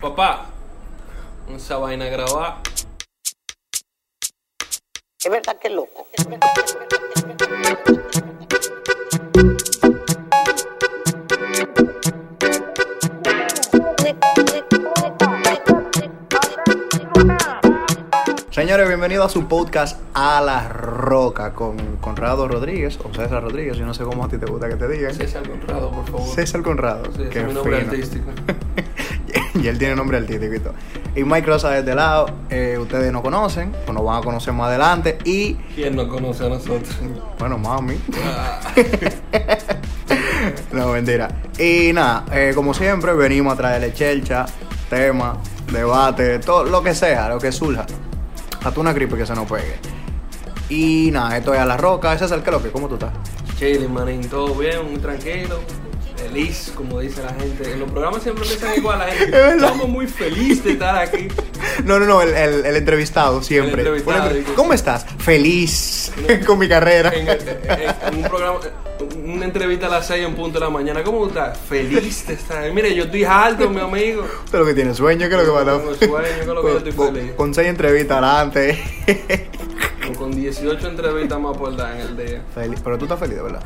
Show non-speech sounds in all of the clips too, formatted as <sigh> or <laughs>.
Papá, esa vaina grabada. Es verdad que es loco. Señores, bienvenidos a su podcast A la Roca con Conrado Rodríguez o César Rodríguez. Yo no sé cómo a ti te gusta que te digan. César Conrado, por favor. ¿Eh? César Conrado. Sí, ese qué es mi nombre fino. artístico. <laughs> y él tiene nombre artístico y todo. Y Mike Rosa desde lado, eh, ustedes no conocen, o nos van a conocer más adelante. Y ¿Quién nos conoce a nosotros? bueno, mami. <laughs> Ah, No, mentira. Y nada, eh, como siempre, venimos a traerle chelcha, tema, debate, todo lo que sea, lo que surja. Hasta una gripe que se nos pegue. Y nada, esto es a la roca. Ese es el que lo que, ¿cómo tú estás? Chile, manín, todo bien, muy tranquilo. Feliz, como dice la gente. En los programas siempre empiezan igual la <laughs> Es gente. verdad. Estamos muy felices de estar <laughs> aquí. No, no, no, el, el- el entrevistado siempre. El entrevistado, Una entre- digo. ¿Cómo estás? Feliz <laughs> con mi carrera. En, <laughs> en- en un programa, una entrevista a las 6 en punto de la mañana. ¿Cómo tú estás? Feliz de estar aquí. Mire, yo estoy alto, mi amigo. Esto es lo que tiene sueño, que es lo que va a Tengo sueño, que es lo que yo estoy Con- feliz. Con seis entrevistas adelante. <laughs> Con 18 entrevistas más por dar en el día. Feliz. Pero tú estás feliz, de verdad.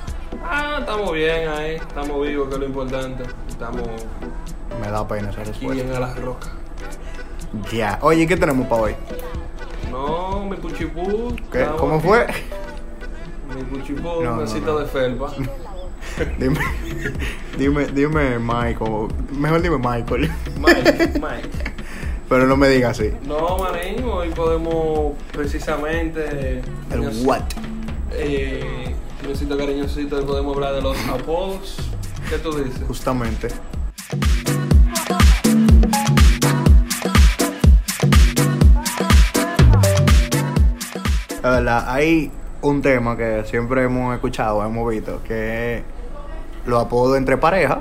Ah, estamos bien ahí, estamos vivos, que es lo importante. Estamos Me da pena esa aquí respuesta. bien a las rocas. Ya. Oye, ¿qué tenemos para hoy? No, mi puchipú. ¿Qué? estamos ¿Cómo aquí. fue? <laughs> Mi puchipú, No, una no, cita no. de <laughs> felpa. Dime, <laughs> dime, dime Michael. Mejor dime Michael. Mike, Mike. <laughs> Pero no me digas así. No, marín, hoy podemos precisamente. El what? Eh, cariñosito, cariñosito, hoy podemos hablar de los apodos. ¿Qué tú dices? Justamente. La verdad, hay un tema que siempre hemos escuchado, hemos visto, que es los apodos entre parejas,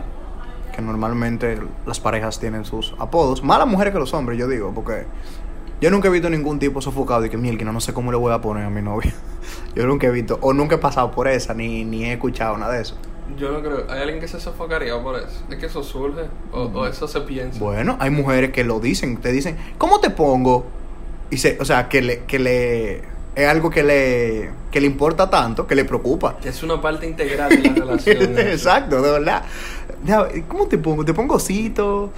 que normalmente las parejas tienen sus apodos, más las mujeres que los hombres, yo digo, porque yo nunca he visto ningún tipo sofocado y que mielquina, no sé cómo le voy a poner a mi novia. <laughs> Yo nunca he visto, o nunca he pasado por esa, ni, ni he escuchado nada de eso. Yo no creo. ¿Hay alguien que se sofocaría por eso? ¿Es que eso surge? ¿O, o eso se piensa? Bueno, hay mujeres que lo dicen, te dicen, ¿cómo te pongo? Y se, o sea, que le, que le es algo que le, que le importa tanto, que le preocupa. Que es una parte integral <laughs> de la relación. ¿eh? Exacto, de verdad. Ya, ¿Cómo te pongo? ¿Te pongo osito?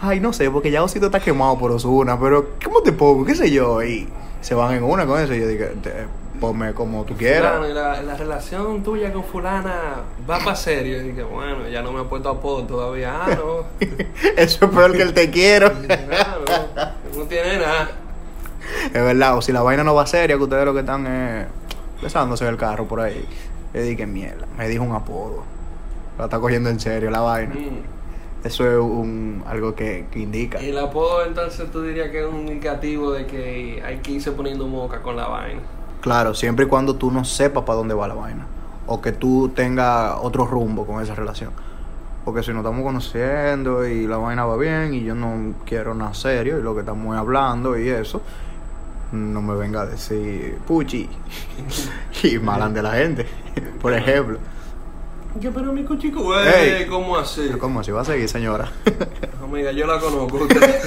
Ay, no sé, porque ya osito está quemado por Osuna, pero ¿cómo te pongo? ¿Qué sé yo? Y se van en una con eso. Y yo digo, "Te- ponme como tú Fulano, y quieras. la, la relación tuya con fulana va para serio. Y que bueno, ya no me ha puesto apodo todavía. Ah, no. <laughs> <laughs> Eso es peor que el te quiero. Claro, no tiene nada. Es verdad, o si la vaina no va seria, que ustedes lo que están eh, besándose en el carro por ahí. Le dije, mierda, me dijo un apodo. La está cogiendo en serio la vaina. Mm. Eso es un, algo que, que indica. Y el apodo entonces tú dirías que es un indicativo de que hay que irse poniendo moca con la vaina. Claro, siempre y cuando tú no sepas para dónde va la vaina. O que tú tengas otro rumbo con esa relación. Porque si nos estamos conociendo y la vaina va bien y yo no quiero nada serio y lo que estamos hablando y eso, no me venga a decir puchi <laughs> y malan de la gente, <laughs> por ejemplo. Que pero mi cuchico, Ey. eh, ¿cómo así? Pero ¿Cómo así va a seguir, señora? <laughs> Amiga, yo la conozco. <laughs> usted.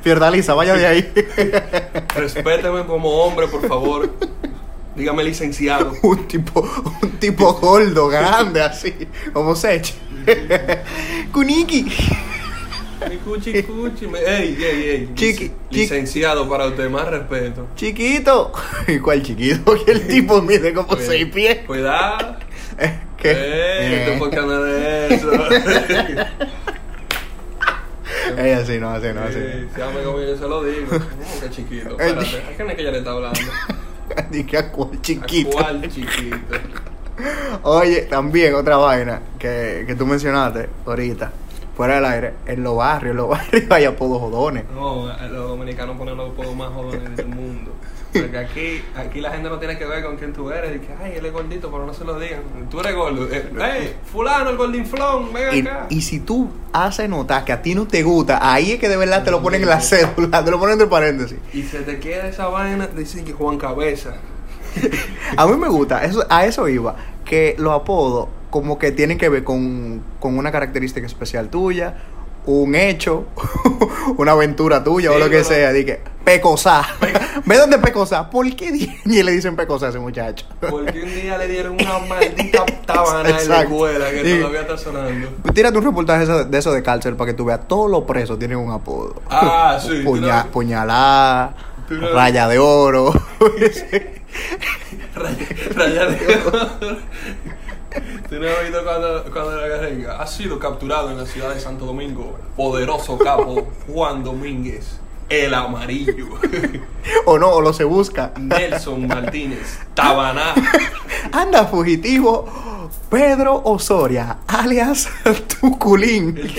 Fiordalisa, vaya de ahí. <laughs> Respéteme como hombre, por favor. Dígame licenciado. un tipo, un tipo gordo, grande, así, como Sech. <laughs> Kuniki. Mi cuchi, cuchi. me- Ey, ey, ey. Chiqui, chiqui. Licenciado para usted, más respeto. Chiquito. <laughs> ¿Y cuál chiquito? <laughs> Que el tipo mide como Cuida- seis <laughs> pies. Cuidado. Eh, ¿Qué? ¿Qué? Eh, Eh. tú por qué andas de <laughs> eso. Eh, así no, así no, así. <laughs> Eh, Si amigo mío, yo se lo digo. No, qué chiquito. Eh, Espérate. ¿A quién es que ya le está hablando? Dije a cuál chiquito. ¿A cuál chiquito? Oye, también otra vaina que, que tú mencionaste ahorita, fuera del aire, en los barrios, en los <laughs> barrios hay apodos jodones. No, eh, los dominicanos ponen los podos más jóvenes del mundo. Porque aquí, aquí la gente no tiene que ver con quién tú eres. Y que, ay, él es gordito, pero no se lo digan. Tú eres gordo. Eh, ¡Ey! Fulano, el gordinflón, Y, ven acá. y si tú haces notar que a ti no te gusta, ahí es que de verdad te lo ponen en la cédula, <laughs> te lo ponen entre paréntesis. Y se te queda esa vaina, dicen que Juan Cabeza. A mí me gusta, eso, a eso iba, que los apodos como que tienen que ver con, con una característica especial tuya un hecho, <laughs> una aventura tuya o Sí, lo que pero- sea, di que pecosá. <laughs> ¿Ve dónde pecosá? ¿Por qué di- <laughs> ni le dicen pecosá a ese muchacho? <laughs> Porque un día le dieron una maldita tábana en la Exacto. escuela que Sí. todavía está sonando. Tírate un reportaje eso- de eso de cárcel para que tú veas todos los presos tienen un apodo. Ah, <laughs> sí, tú Puña- no- puñalá, tú no- raya de oro. <laughs> Raya, raya de oro. ¿Tú no has visto cuando, cuando la guerrilla ha sido capturado en la ciudad de Santo Domingo? Poderoso capo Juan Domínguez, el amarillo. <laughs> o no, o lo se busca. Nelson Martínez, Tabaná. <laughs> Anda fugitivo Pedro Osoria, alias <laughs> Tuculín. <laughs>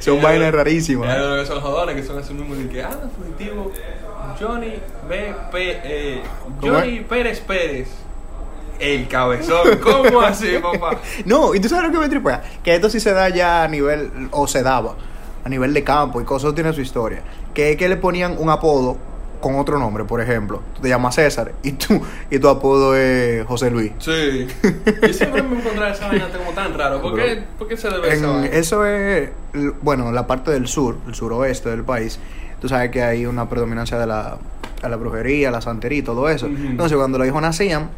Son Ya vainas rarísimas. lo que son los jodones, que son esos mismos de que, ah, fugitivo, Johnny B. P. eh, ¿Cómo Johnny Pérez Pérez. El cabezón, ¿cómo así, papá? <laughs> No, y tú sabes lo que me tripea, que esto sí se da ya a nivel, o se daba, a nivel de campo y cosas tiene su historia. Que es que le ponían un apodo con otro nombre, por ejemplo. Tú te llamas César y tú, y tu apodo es José Luis. Sí. Yo siempre me encontraba esa vaina como tan raro. ¿Por qué, por qué se debe esa En- vaina? eso es, l- bueno, la parte del sur, el suroeste del país, tú sabes que hay una predominancia de la, a la brujería, la santería y todo eso. Ujú. Entonces, cuando los hijos nacían,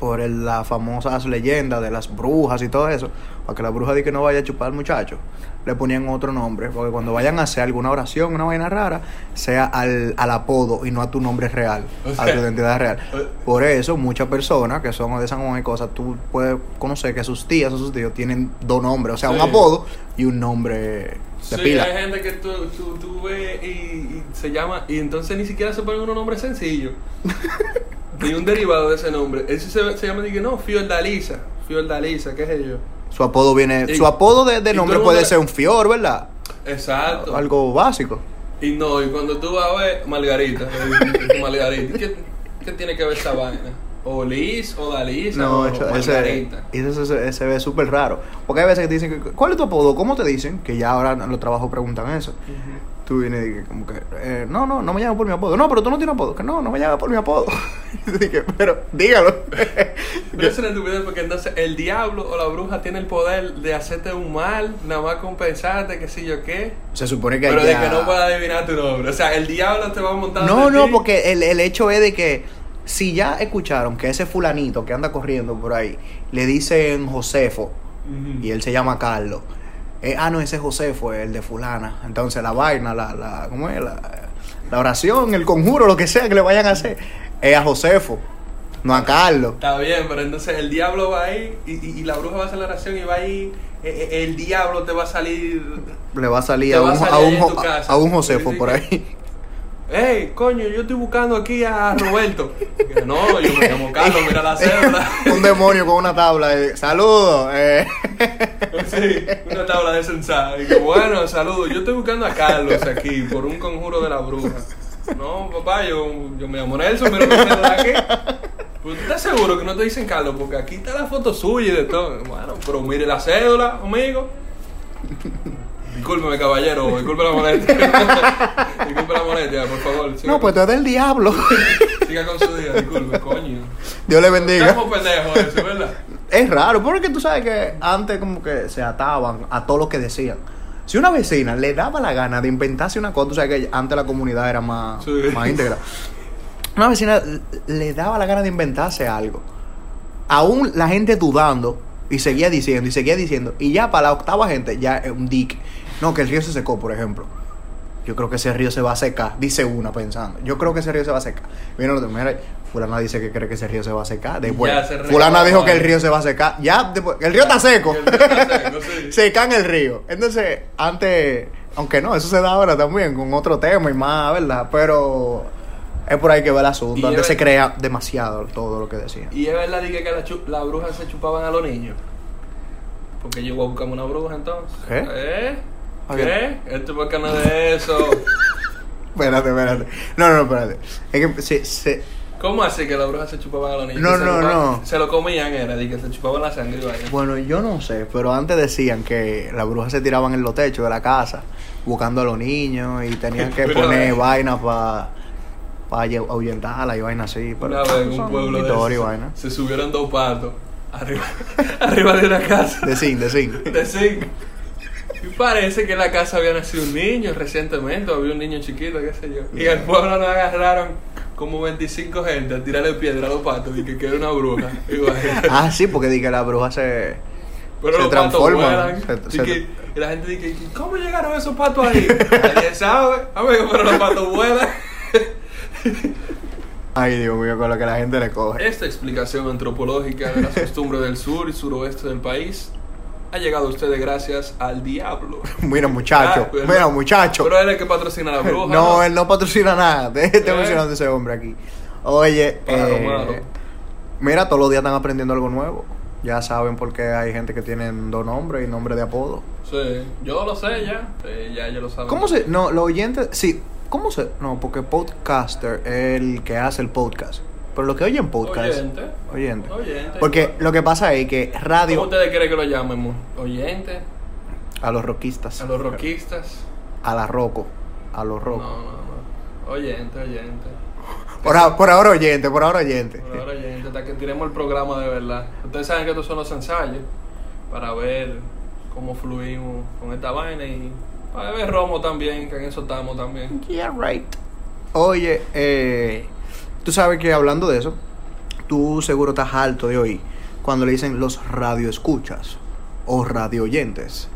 por el- las famosas leyendas de las brujas y todo eso, para que la bruja di que no vaya a chupar al muchacho, le ponían otro nombre, porque cuando vayan a hacer alguna oración, una vaina rara, sea al, al apodo y no a tu nombre real, O <laughs> a sea, tu identidad real. o- Por eso, muchas personas que son de San Juan y cosas, tú puedes conocer que sus tías o sus tíos tienen dos nombres, o sea, un Sí. apodo y un nombre de Sí, pila. hay gente que tú, tú, tú ves y, y se llama, y entonces ni siquiera se ponen un nombre <laughs> sencillo. Ni un derivado de ese nombre. Ese se, se llama, dije, no, Fiordalisa. Fiordalisa, qué sé yo. Su apodo viene, Y- su apodo de, de y nombre todo el puede mundo- ser un fior, ¿verdad? Exacto. Algo básico. Ah, Y no, y cuando tú vas a ver Margarita, eh, Margarita, ¿qué, qué tiene que ver esa vaina? O Liz, o Dalisa, No, o eso- ese, <laughs> Margarita. ese- ese- ese ve súper raro. Porque hay veces que te dicen, que, ¿cuál es tu apodo? ¿Cómo te dicen? Que ya ahora en los trabajos preguntan eso. Tú vienes y dices, como que, eh, no, no, no me llamas por mi apodo. No, pero tú no tienes apodo. Que no, no me llamas por mi apodo. <laughs> Y yo dije, pero <laughs> dígalo. Pero eso es una estupidez porque entonces el diablo o la bruja tiene el poder de hacerte un mal, nada más compensarte, qué sé yo qué. Se supone que Pero de ya- que no pueda adivinar tu nombre. O sea, el diablo te va a montar. No, ante no, ti. porque el, el hecho es de que si ya escucharon que ese fulanito que anda corriendo por ahí le dicen Josefo Ujú. y él se llama Carlos. eh, ah, no, ese Josefo es el de fulana. Entonces la vaina, la, la, ¿cómo es? La, la oración, el conjuro, lo que sea que le vayan a hacer, es a Josefo, no a Carlos. Está bien, pero entonces el diablo va ahí y, y- y la bruja va a hacer la oración y va ahí. eh, eh, El diablo te va a salir. Le va a salir, Te a va a un, a, salir un, en jo- tu a- casa. a un Josefo Sí, por sí. <laughs> ahí. <laughs> ¡Ey, coño! Yo estoy buscando aquí a Roberto. <laughs> Que no, yo me llamo Carlos, mira la cédula. un demonio con una tabla. eh, Saludos. eh. Sí, una tabla de sensada. Y que, bueno, saludos. Yo estoy buscando a Carlos aquí por un conjuro de la bruja. No, papá, yo, yo me llamo Nelson, mira mi celular aquí. Pero tú estás seguro que no te dicen Carlos, porque aquí está la foto suya y de todo. Bueno, pero mire la cédula, amigo. Discúlpeme, caballero, disculpe la molestia. <laughs> disculpe la molestia, por favor. Siga, No, pues tú eres del diablo. <laughs> con, siga con su día, disculpe, coño. Dios le bendiga. Estamos pendejos, eso, ¿verdad? Es raro, porque tú sabes que antes como que se ataban a todo lo que decían. Si una vecina le daba la gana de inventarse una cosa, tú sabes que antes la comunidad era más, Sí. más íntegra. Una vecina l- le daba la gana de inventarse algo. Aún la gente dudando y seguía diciendo y seguía diciendo. Y ya para la octava gente, ya es un dick. No, que el río se secó, por ejemplo. Yo creo que ese río se va a secar, dice una pensando. Yo creo que ese río se va a secar. Mira, mira, fulana dice que cree que ese río se va a secar. Después, Ya se regó, fulana dijo que el vale. río se va a secar. Ya, después- el río está seco. El río está seco, sí. <laughs> Secan el río. Entonces, antes, aunque no, eso se da ahora también con otro tema y más, ¿verdad? Pero es por ahí que va el asunto. Y antes es- se crea demasiado todo lo que decían. Y es verdad dije que las chu- las brujas se chupaban a los niños. Porque yo voy a buscarme una bruja entonces. ¿Qué? ¿Eh? Ah, ¿Qué? Esto es no de <laughs> eso. Espérate, espérate. No, no, no, espérate. Es que se- se, ¿Cómo así que las brujas se chupaban a los niños? No, se no, chupaban- no. Se lo comían, era, dije, se chupaban la sangre y vaya. Bueno, yo no sé, pero antes decían que las brujas se tiraban en los techos de la casa buscando a los niños y <laughs> tenían que Una poner vez. vainas para pa lle- ahuyentarla y vainas así. Pero Una vez en un son pueblo de historias esos, y vainas. se subieron dos patos <laughs> arriba, arriba de una casa De zinc, de zinc. de zinc. Y parece que en la casa había nacido un niño recientemente, o había un niño chiquito, qué sé yo. Y al pueblo nos agarraron como 25 gente a tirarle piedra a los patos y que, que era una bruja. Igual. Ah, sí, porque dije que la bruja se. Pero se los transforman, patos vuelan. se- y, se- que- y la gente dice, "¿Y ¿cómo llegaron esos patos ahí? Nadie sabe, amigo, pero los patos <laughs> vuelan. Ay, Dios mío, con lo que la gente le coge. Esta explicación antropológica de las costumbres del sur y suroeste del país ha llegado a ustedes gracias al diablo. Mira, muchacho. Ah, pero- mira, muchacho. Pero él es el que patrocina a la bruja. No, él no patrocina nada. <laughs> Déjate ¿Eh? mencionando ese hombre aquí. Oye, Pájaro eh, malo. mira, todos los días están aprendiendo algo nuevo. Ya saben por qué hay gente que tienen dos nombres y nombre de apodo. Sí, yo lo sé ya. Sí, ya, ya lo saben. ¿Cómo se.? No, los oyentes. Sí, ¿cómo se.? No, porque podcaster es el que hace el podcast. Pero los que oyen podcast. Oyente. Oyente. Oyente. Porque ah, lo que pasa es que ¿Cómo radio. ustedes creen que lo llamemos? Oyente, A los roquistas. a los roquistas. A la roco. A los No, rocos. no, no. Oyente, oyente. Por, a- por ahora oyente, por ahora oyente. Por ahora oyente, hasta que tiremos el programa de verdad. Ustedes saben que estos son los ensayos para ver cómo fluimos con esta vaina y para ver romo también, que en eso estamos también. Yeah, right. Oye, eh, tú sabes que hablando de eso, tú seguro estás alto de hoy cuando le dicen los radioescuchas o radio oyentes.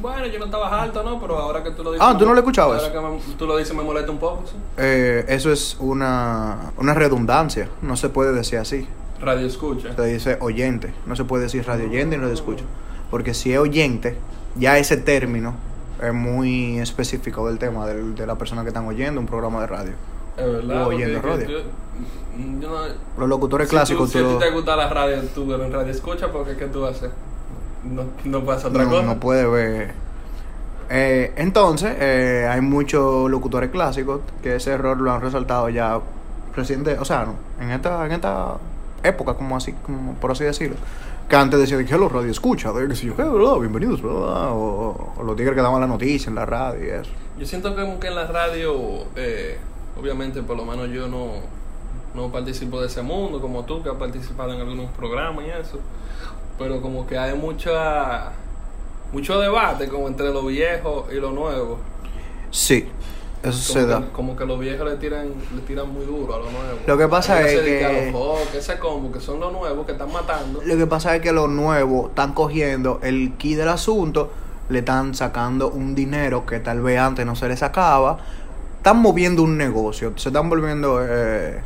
Bueno, yo no estaba alto, ¿no? Pero ahora que tú lo dices... Ah, ¿tú no lo escuchabas? Ahora que me- tú lo dices me molesta un poco, ¿sí? Eh, eso es una, una redundancia, no se puede decir así. Radio escucha. Se dice oyente, no se puede decir radio oyente ni radio escucha. Porque si es oyente, ya ese término es muy específico del tema del- de la persona que están oyendo un programa de radio. Es verdad. O porque oyendo que radio. Yo, yo no- Los locutores si clásicos, tú- si tú a ti lo- te gusta la radio, tú eres en radio escucha, porque ¿qué tú haces? No, no pasa otra no, cosa. no puede ver. Eh, entonces, eh, hay muchos locutores clásicos que ese error lo han resaltado ya reciente, o sea, no, en esta, en esta época, como así, como por así decirlo. Que antes decían que los radio escucha, de que si yo, "Eh, bro, bienvenidos, bro", ah, o, o los tigres que daban la noticia en la radio y eso. Yo siento que como que en la radio, eh, obviamente, por lo menos yo no, no participo de ese mundo, como tú, que has participado en algunos programas y eso. Pero como que hay mucha mucho debate como entre lo viejo y lo nuevo. Sí, eso Como se da. que, como que los viejos le tiran, le tiran muy duro a lo nuevo. Lo que pasa Hay es se dedica que- a los jóvenes, ese combo, que son los nuevos que están matando. Lo que pasa es que los nuevos están cogiendo el key del asunto, le están sacando un dinero que tal vez antes no se le sacaba, están moviendo un negocio, se están volviendo eh,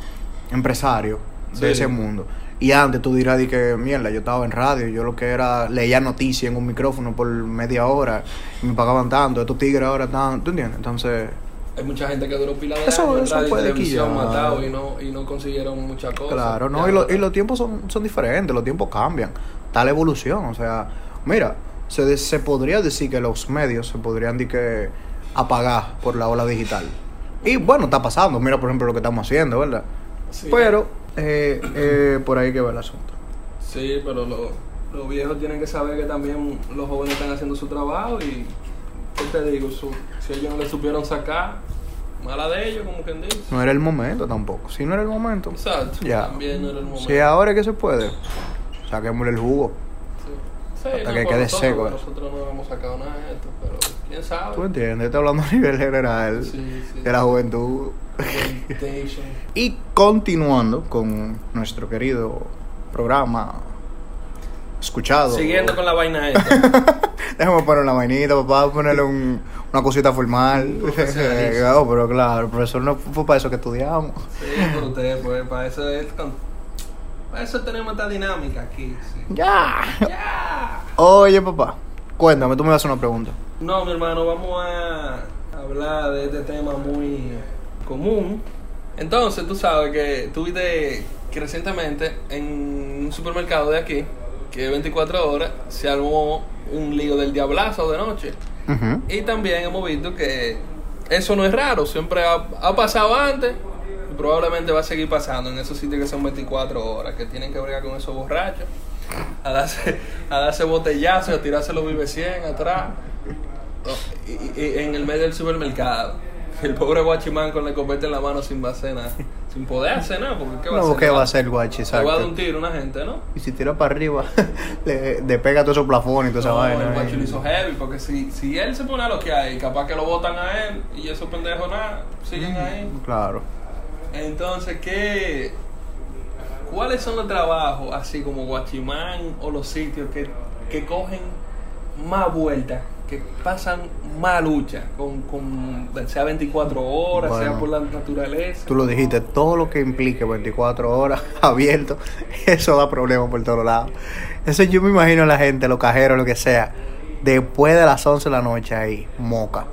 empresarios Sí. de ese mundo. Y antes tú dirás de que, mierda, yo estaba en radio, yo lo que era leía noticias en un micrófono por media hora, y me pagaban tanto, estos tigres ahora están, ¿tú entiendes? Entonces, Hay mucha gente que duró pila de Eso- años en eso radio y puede televisión quillar. matado y no, y no consiguieron muchas cosas. Claro, no, Ya, y, lo- y los tiempos son, son diferentes, los tiempos cambian, tal evolución, o sea, mira, se, de- se podría decir que los medios se podrían di que apagar por la ola digital. Y bueno, está pasando, mira por ejemplo lo que estamos haciendo, ¿verdad? sí. Pero eh, eh, por ahí que va el asunto. Sí, pero lo- los viejos tienen que saber que también los jóvenes están haciendo su trabajo y, ¿qué te digo? Su- si ellos no le supieron sacar, mala de ellos, como quien dice. No era el momento tampoco, si no era el momento, Exacto, ya. también no era el momento. Si ahora es que se puede, saquémosle el jugo, Sí. Sí, hasta no, que por quede nosotros, seco, por eh. Nosotros no hemos sacado nada de esto, pero quién sabe. ¿tú entiendes? Estoy hablando a nivel general Sí, sí. de la juventud. Temptation. Y continuando con nuestro querido programa escuchado. Siguiendo con la vaina <laughs> esta. Déjame poner una vainita, papá, ponerle un- una cosita formal. <laughs> profesionalismo. Claro, pero claro, el profesor no fue para eso que estudiamos. Sí, por ustedes, pues, para eso es con- Para eso tenemos esta dinámica aquí, sí. Ya. ¡Ya! Oye, papá, cuéntame, tú me vas a hacer una pregunta. No, mi hermano, vamos a hablar de este tema muy común. Entonces, tú sabes que tuviste que recientemente en un supermercado de aquí, que es 24 horas, se armó un lío del diablazo de noche. Ujú. Y también hemos visto que eso no es raro, siempre ha, ha pasado antes y probablemente va a seguir pasando en esos sitios que son 24 horas, que tienen que bregar con esos borrachos, a darse, a darse botellazos, a tirarse los vive 100 atrás, o- y- y- y en el medio del supermercado. El pobre guachimán con la escopeta en la mano sin más nada. Sin poder hacer nada, porque ¿qué va a No, hacer? ¿qué Le va a hacer Guachi? Le va a dar Exacto. un tiro a una gente, ¿no? Y si tira para arriba, <laughs> le, le pega todo esos plafones y toda No, esa el vaina. guacho lo hizo heavy, porque si, si él se pone a lo que hay, capaz que lo botan a él y esos pendejos nada, siguen ahí. Claro. Entonces, ¿qué? ¿Cuáles son los trabajos, así como Guachimán o los sitios que, que cogen más vueltas, que pasan más lucha, con, con- sea 24 horas, sea Bueno. por la naturaleza? Tú lo dijiste, todo lo que implique 24 horas <laughs> abierto, eso da problemas por todos lados. Eso yo me imagino a la gente, los cajeros, lo que sea, después de las 11 de la noche ahí, moca.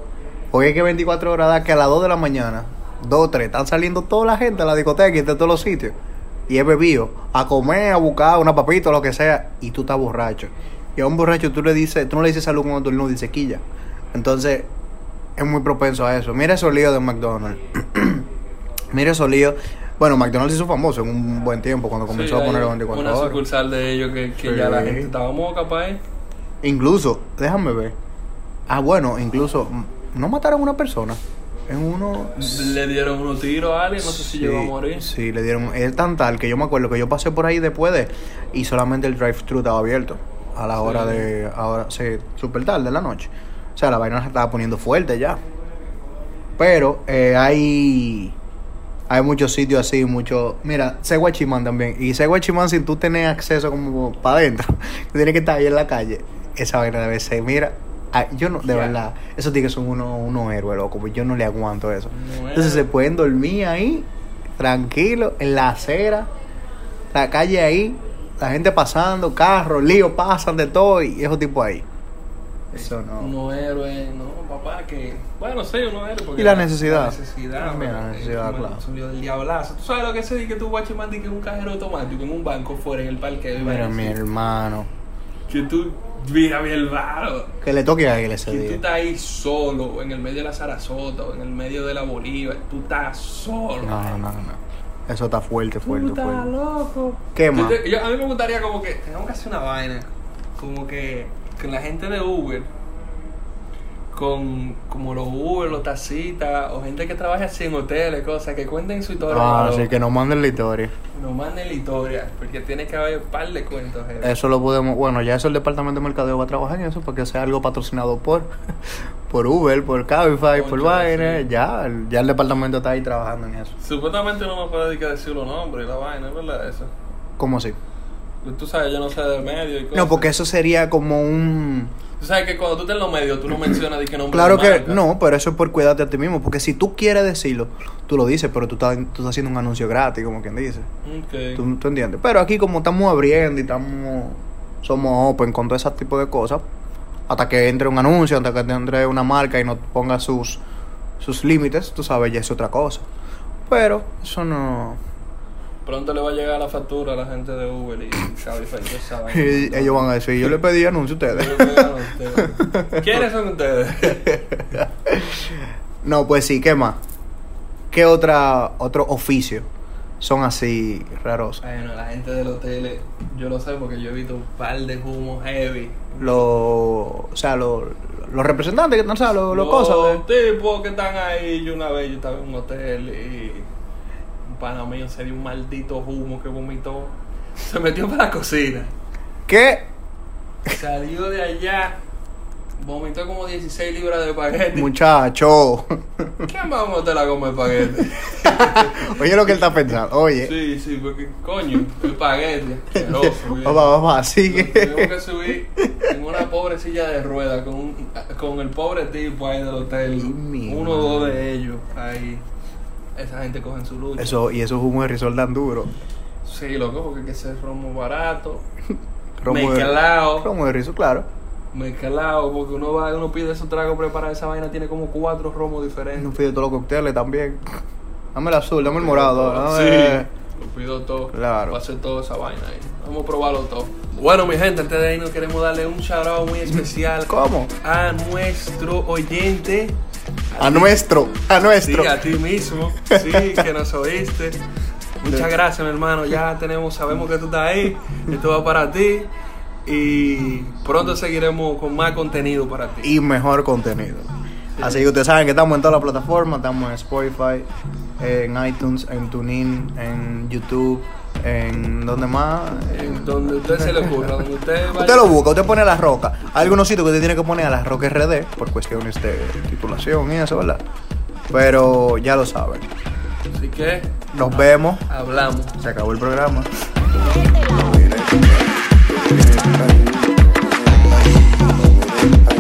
Hoy es que 24 horas da que a las 2 de la mañana, 2, 3, están saliendo toda la gente a la discoteca y de todos los sitios. Y es bebido, a comer, a buscar una papita, lo que sea, y tú estás borracho. Y a un borracho tú le dices, tú no le dices salud cuando tú no dices quilla. Entonces, es muy propenso a eso. Mira esos líos de McDonald's. <clears throat> Mira esos líos. Bueno, McDonald's se hizo famoso en un buen tiempo cuando comenzó Sí, a hay poner los 24 Una horas. sucursal de ellos que, que Sí. ya la gente estaba moca para ahí. Incluso, déjame ver. Ah, bueno, incluso, mm, no mataron a una persona. En uno. Le dieron unos tiros a alguien, no sé si Sí, llegó a morir. Sí, le dieron. Es tan tal que yo me acuerdo que yo pasé por ahí después de. Y solamente el drive-thru estaba abierto. A la Sí. hora de. Ahora, sí, súper tarde en la noche. O sea, la vaina se estaba poniendo fuerte ya. Pero eh, hay. Hay muchos sitios así, muchos. Mira, sé guachimán también. Y sé guachimán sin tú tener acceso como para adentro. <laughs> Tienes que estar ahí en la calle. Esa vaina debe ser. Mira, ah, yo no. De Ya. verdad, esos tigres son unos unos héroes, loco. pues Yo no le aguanto eso. Bueno. Entonces se pueden dormir ahí, tranquilo, en la acera, la calle ahí, la gente pasando, carros, lío, pasan de todo y esos tipos ahí. Eso no. Unos héroes, no, papá, que. Bueno, sí, unos héroes. porque Y la necesidad. La necesidad, También la pero, eh, necesidad, como el claro. sonido del diablazo. ¿Tú sabes lo que es que tú guachimán di que un cajero automático en un banco fuera en el parque? Mira, mi hermano. Que tú, mira, mi hermano. Que le toque a él Que ese tú día. estás ahí solo, en el medio de la Sarasota o en el medio de la Bolívar, tú estás solo. No, no, no, no. Eso está fuerte, Tú fuerte, estás fuerte. loco. ¿Qué Yo más? te- yo- a mí me gustaría como que tenemos que hacer una vaina. Como que con la gente de Uber, con como los Uber, los taxistas, o gente que trabaja así en hoteles, cosas, que cuenten su historia. Ah, mano. así que nos manden la historia. Nos manden la historia, porque tiene que haber un par de cuentos. jefe. Eso lo podemos. Bueno, ya eso el departamento de mercadeo va a trabajar en eso para que sea algo patrocinado por <laughs> por Uber, por Cabify, por Concho, Vaina. sí. Ya, el- ya el departamento está ahí trabajando en eso. Supuestamente no me puede dedicar a decir los nombres y la vaina, es verdad eso. Pues ¿Cómo así? Tú sabes, yo no sé del medio y cosas. No, porque eso sería como un. Tú sabes que cuando tú estás en los medios, tú no mencionas de qué nombre Claro de que marca. no, pero eso es por cuidarte a ti mismo. Porque si tú quieres decirlo, tú lo dices, pero tú estás, tú estás haciendo un anuncio gratis, como quien dice. Ok. ¿Tú, tú entiendes? Pero aquí, como estamos abriendo y estamos. Somos open con todo ese tipo de cosas, hasta que entre un anuncio, hasta que entre una marca y no ponga sus, sus límites, tú sabes, ya es otra cosa. Pero eso no. Pronto le va a llegar la factura a la gente de Uber y Cabify, ustedes saben. y <laughs> ellos van a decir, yo le pedí anuncio a ustedes. Yo creo que eran ustedes. ¿Quiénes son ustedes? <laughs> No, pues sí, ¿qué más? ¿Qué otra, otro oficio son así raros? <laughs> Bueno, la gente del hotel, yo lo sé porque yo he visto un par de humos heavy. Los, o sea, los, los representantes que están, o sea, los, los cosas. Los ¿eh? tipos que están ahí, yo una vez yo estaba en un hotel y un pana mío se dio un maldito humo que vomitó. Se metió para la cocina. ¿Qué? Salió de allá, vomitó como 16 libras de paquete. Muchacho. <laughs> ¿Quién va a vomitar la goma de paquete? Oye lo que él está pensando. Oye, Sí, sí, porque <laughs> coño, el paquete. asqueroso, bien. papá, papá, Nos Tuvimos sigue. que subir en una pobre silla de ruedas con, un- con el pobre tipo ahí del hotel. Ay, mi Uno o dos madre. de ellos ahí. Esa gente cogen su lucha. Eso, y esos humos de risol tan duro. Sí, loco, porque hay que ser romo barato, Romo de, Mezclado. romo de risol, claro. mezclado, porque uno va, uno pide esos tragos preparados, esa vaina tiene como cuatro romos diferentes. Nos pide todos los cócteles también. Dame el azul, dame el morado. Sí, dame- lo pido todo. Eh, Claro. Va a ser toda esa vaina ahí. Vamos a probarlo todo. Bueno, mi gente, antes de ahí nos queremos darle un shout out muy especial ¿Cómo? a nuestro oyente. A nuestro, a Sí, nuestro. a ti mismo. <laughs> Sí, que nos oíste. Muchas gracias, mi hermano. Ya tenemos, sabemos que tú estás ahí. Esto va para ti. Y pronto seguiremos con más contenido para ti. y mejor contenido. Así que ustedes saben que estamos en todas las plataformas, estamos en Spotify, en iTunes, en TuneIn, en YouTube, en donde más. En Donde usted se le ocurra, donde usted vaya. Usted lo busca, usted pone la roca. Hay algunos sitios que usted tiene que poner a la roca RD por cuestiones de titulación y eso, ¿verdad? Pero ya lo saben. Así que Nos vemos. hablamos. Se acabó el programa. Thank you.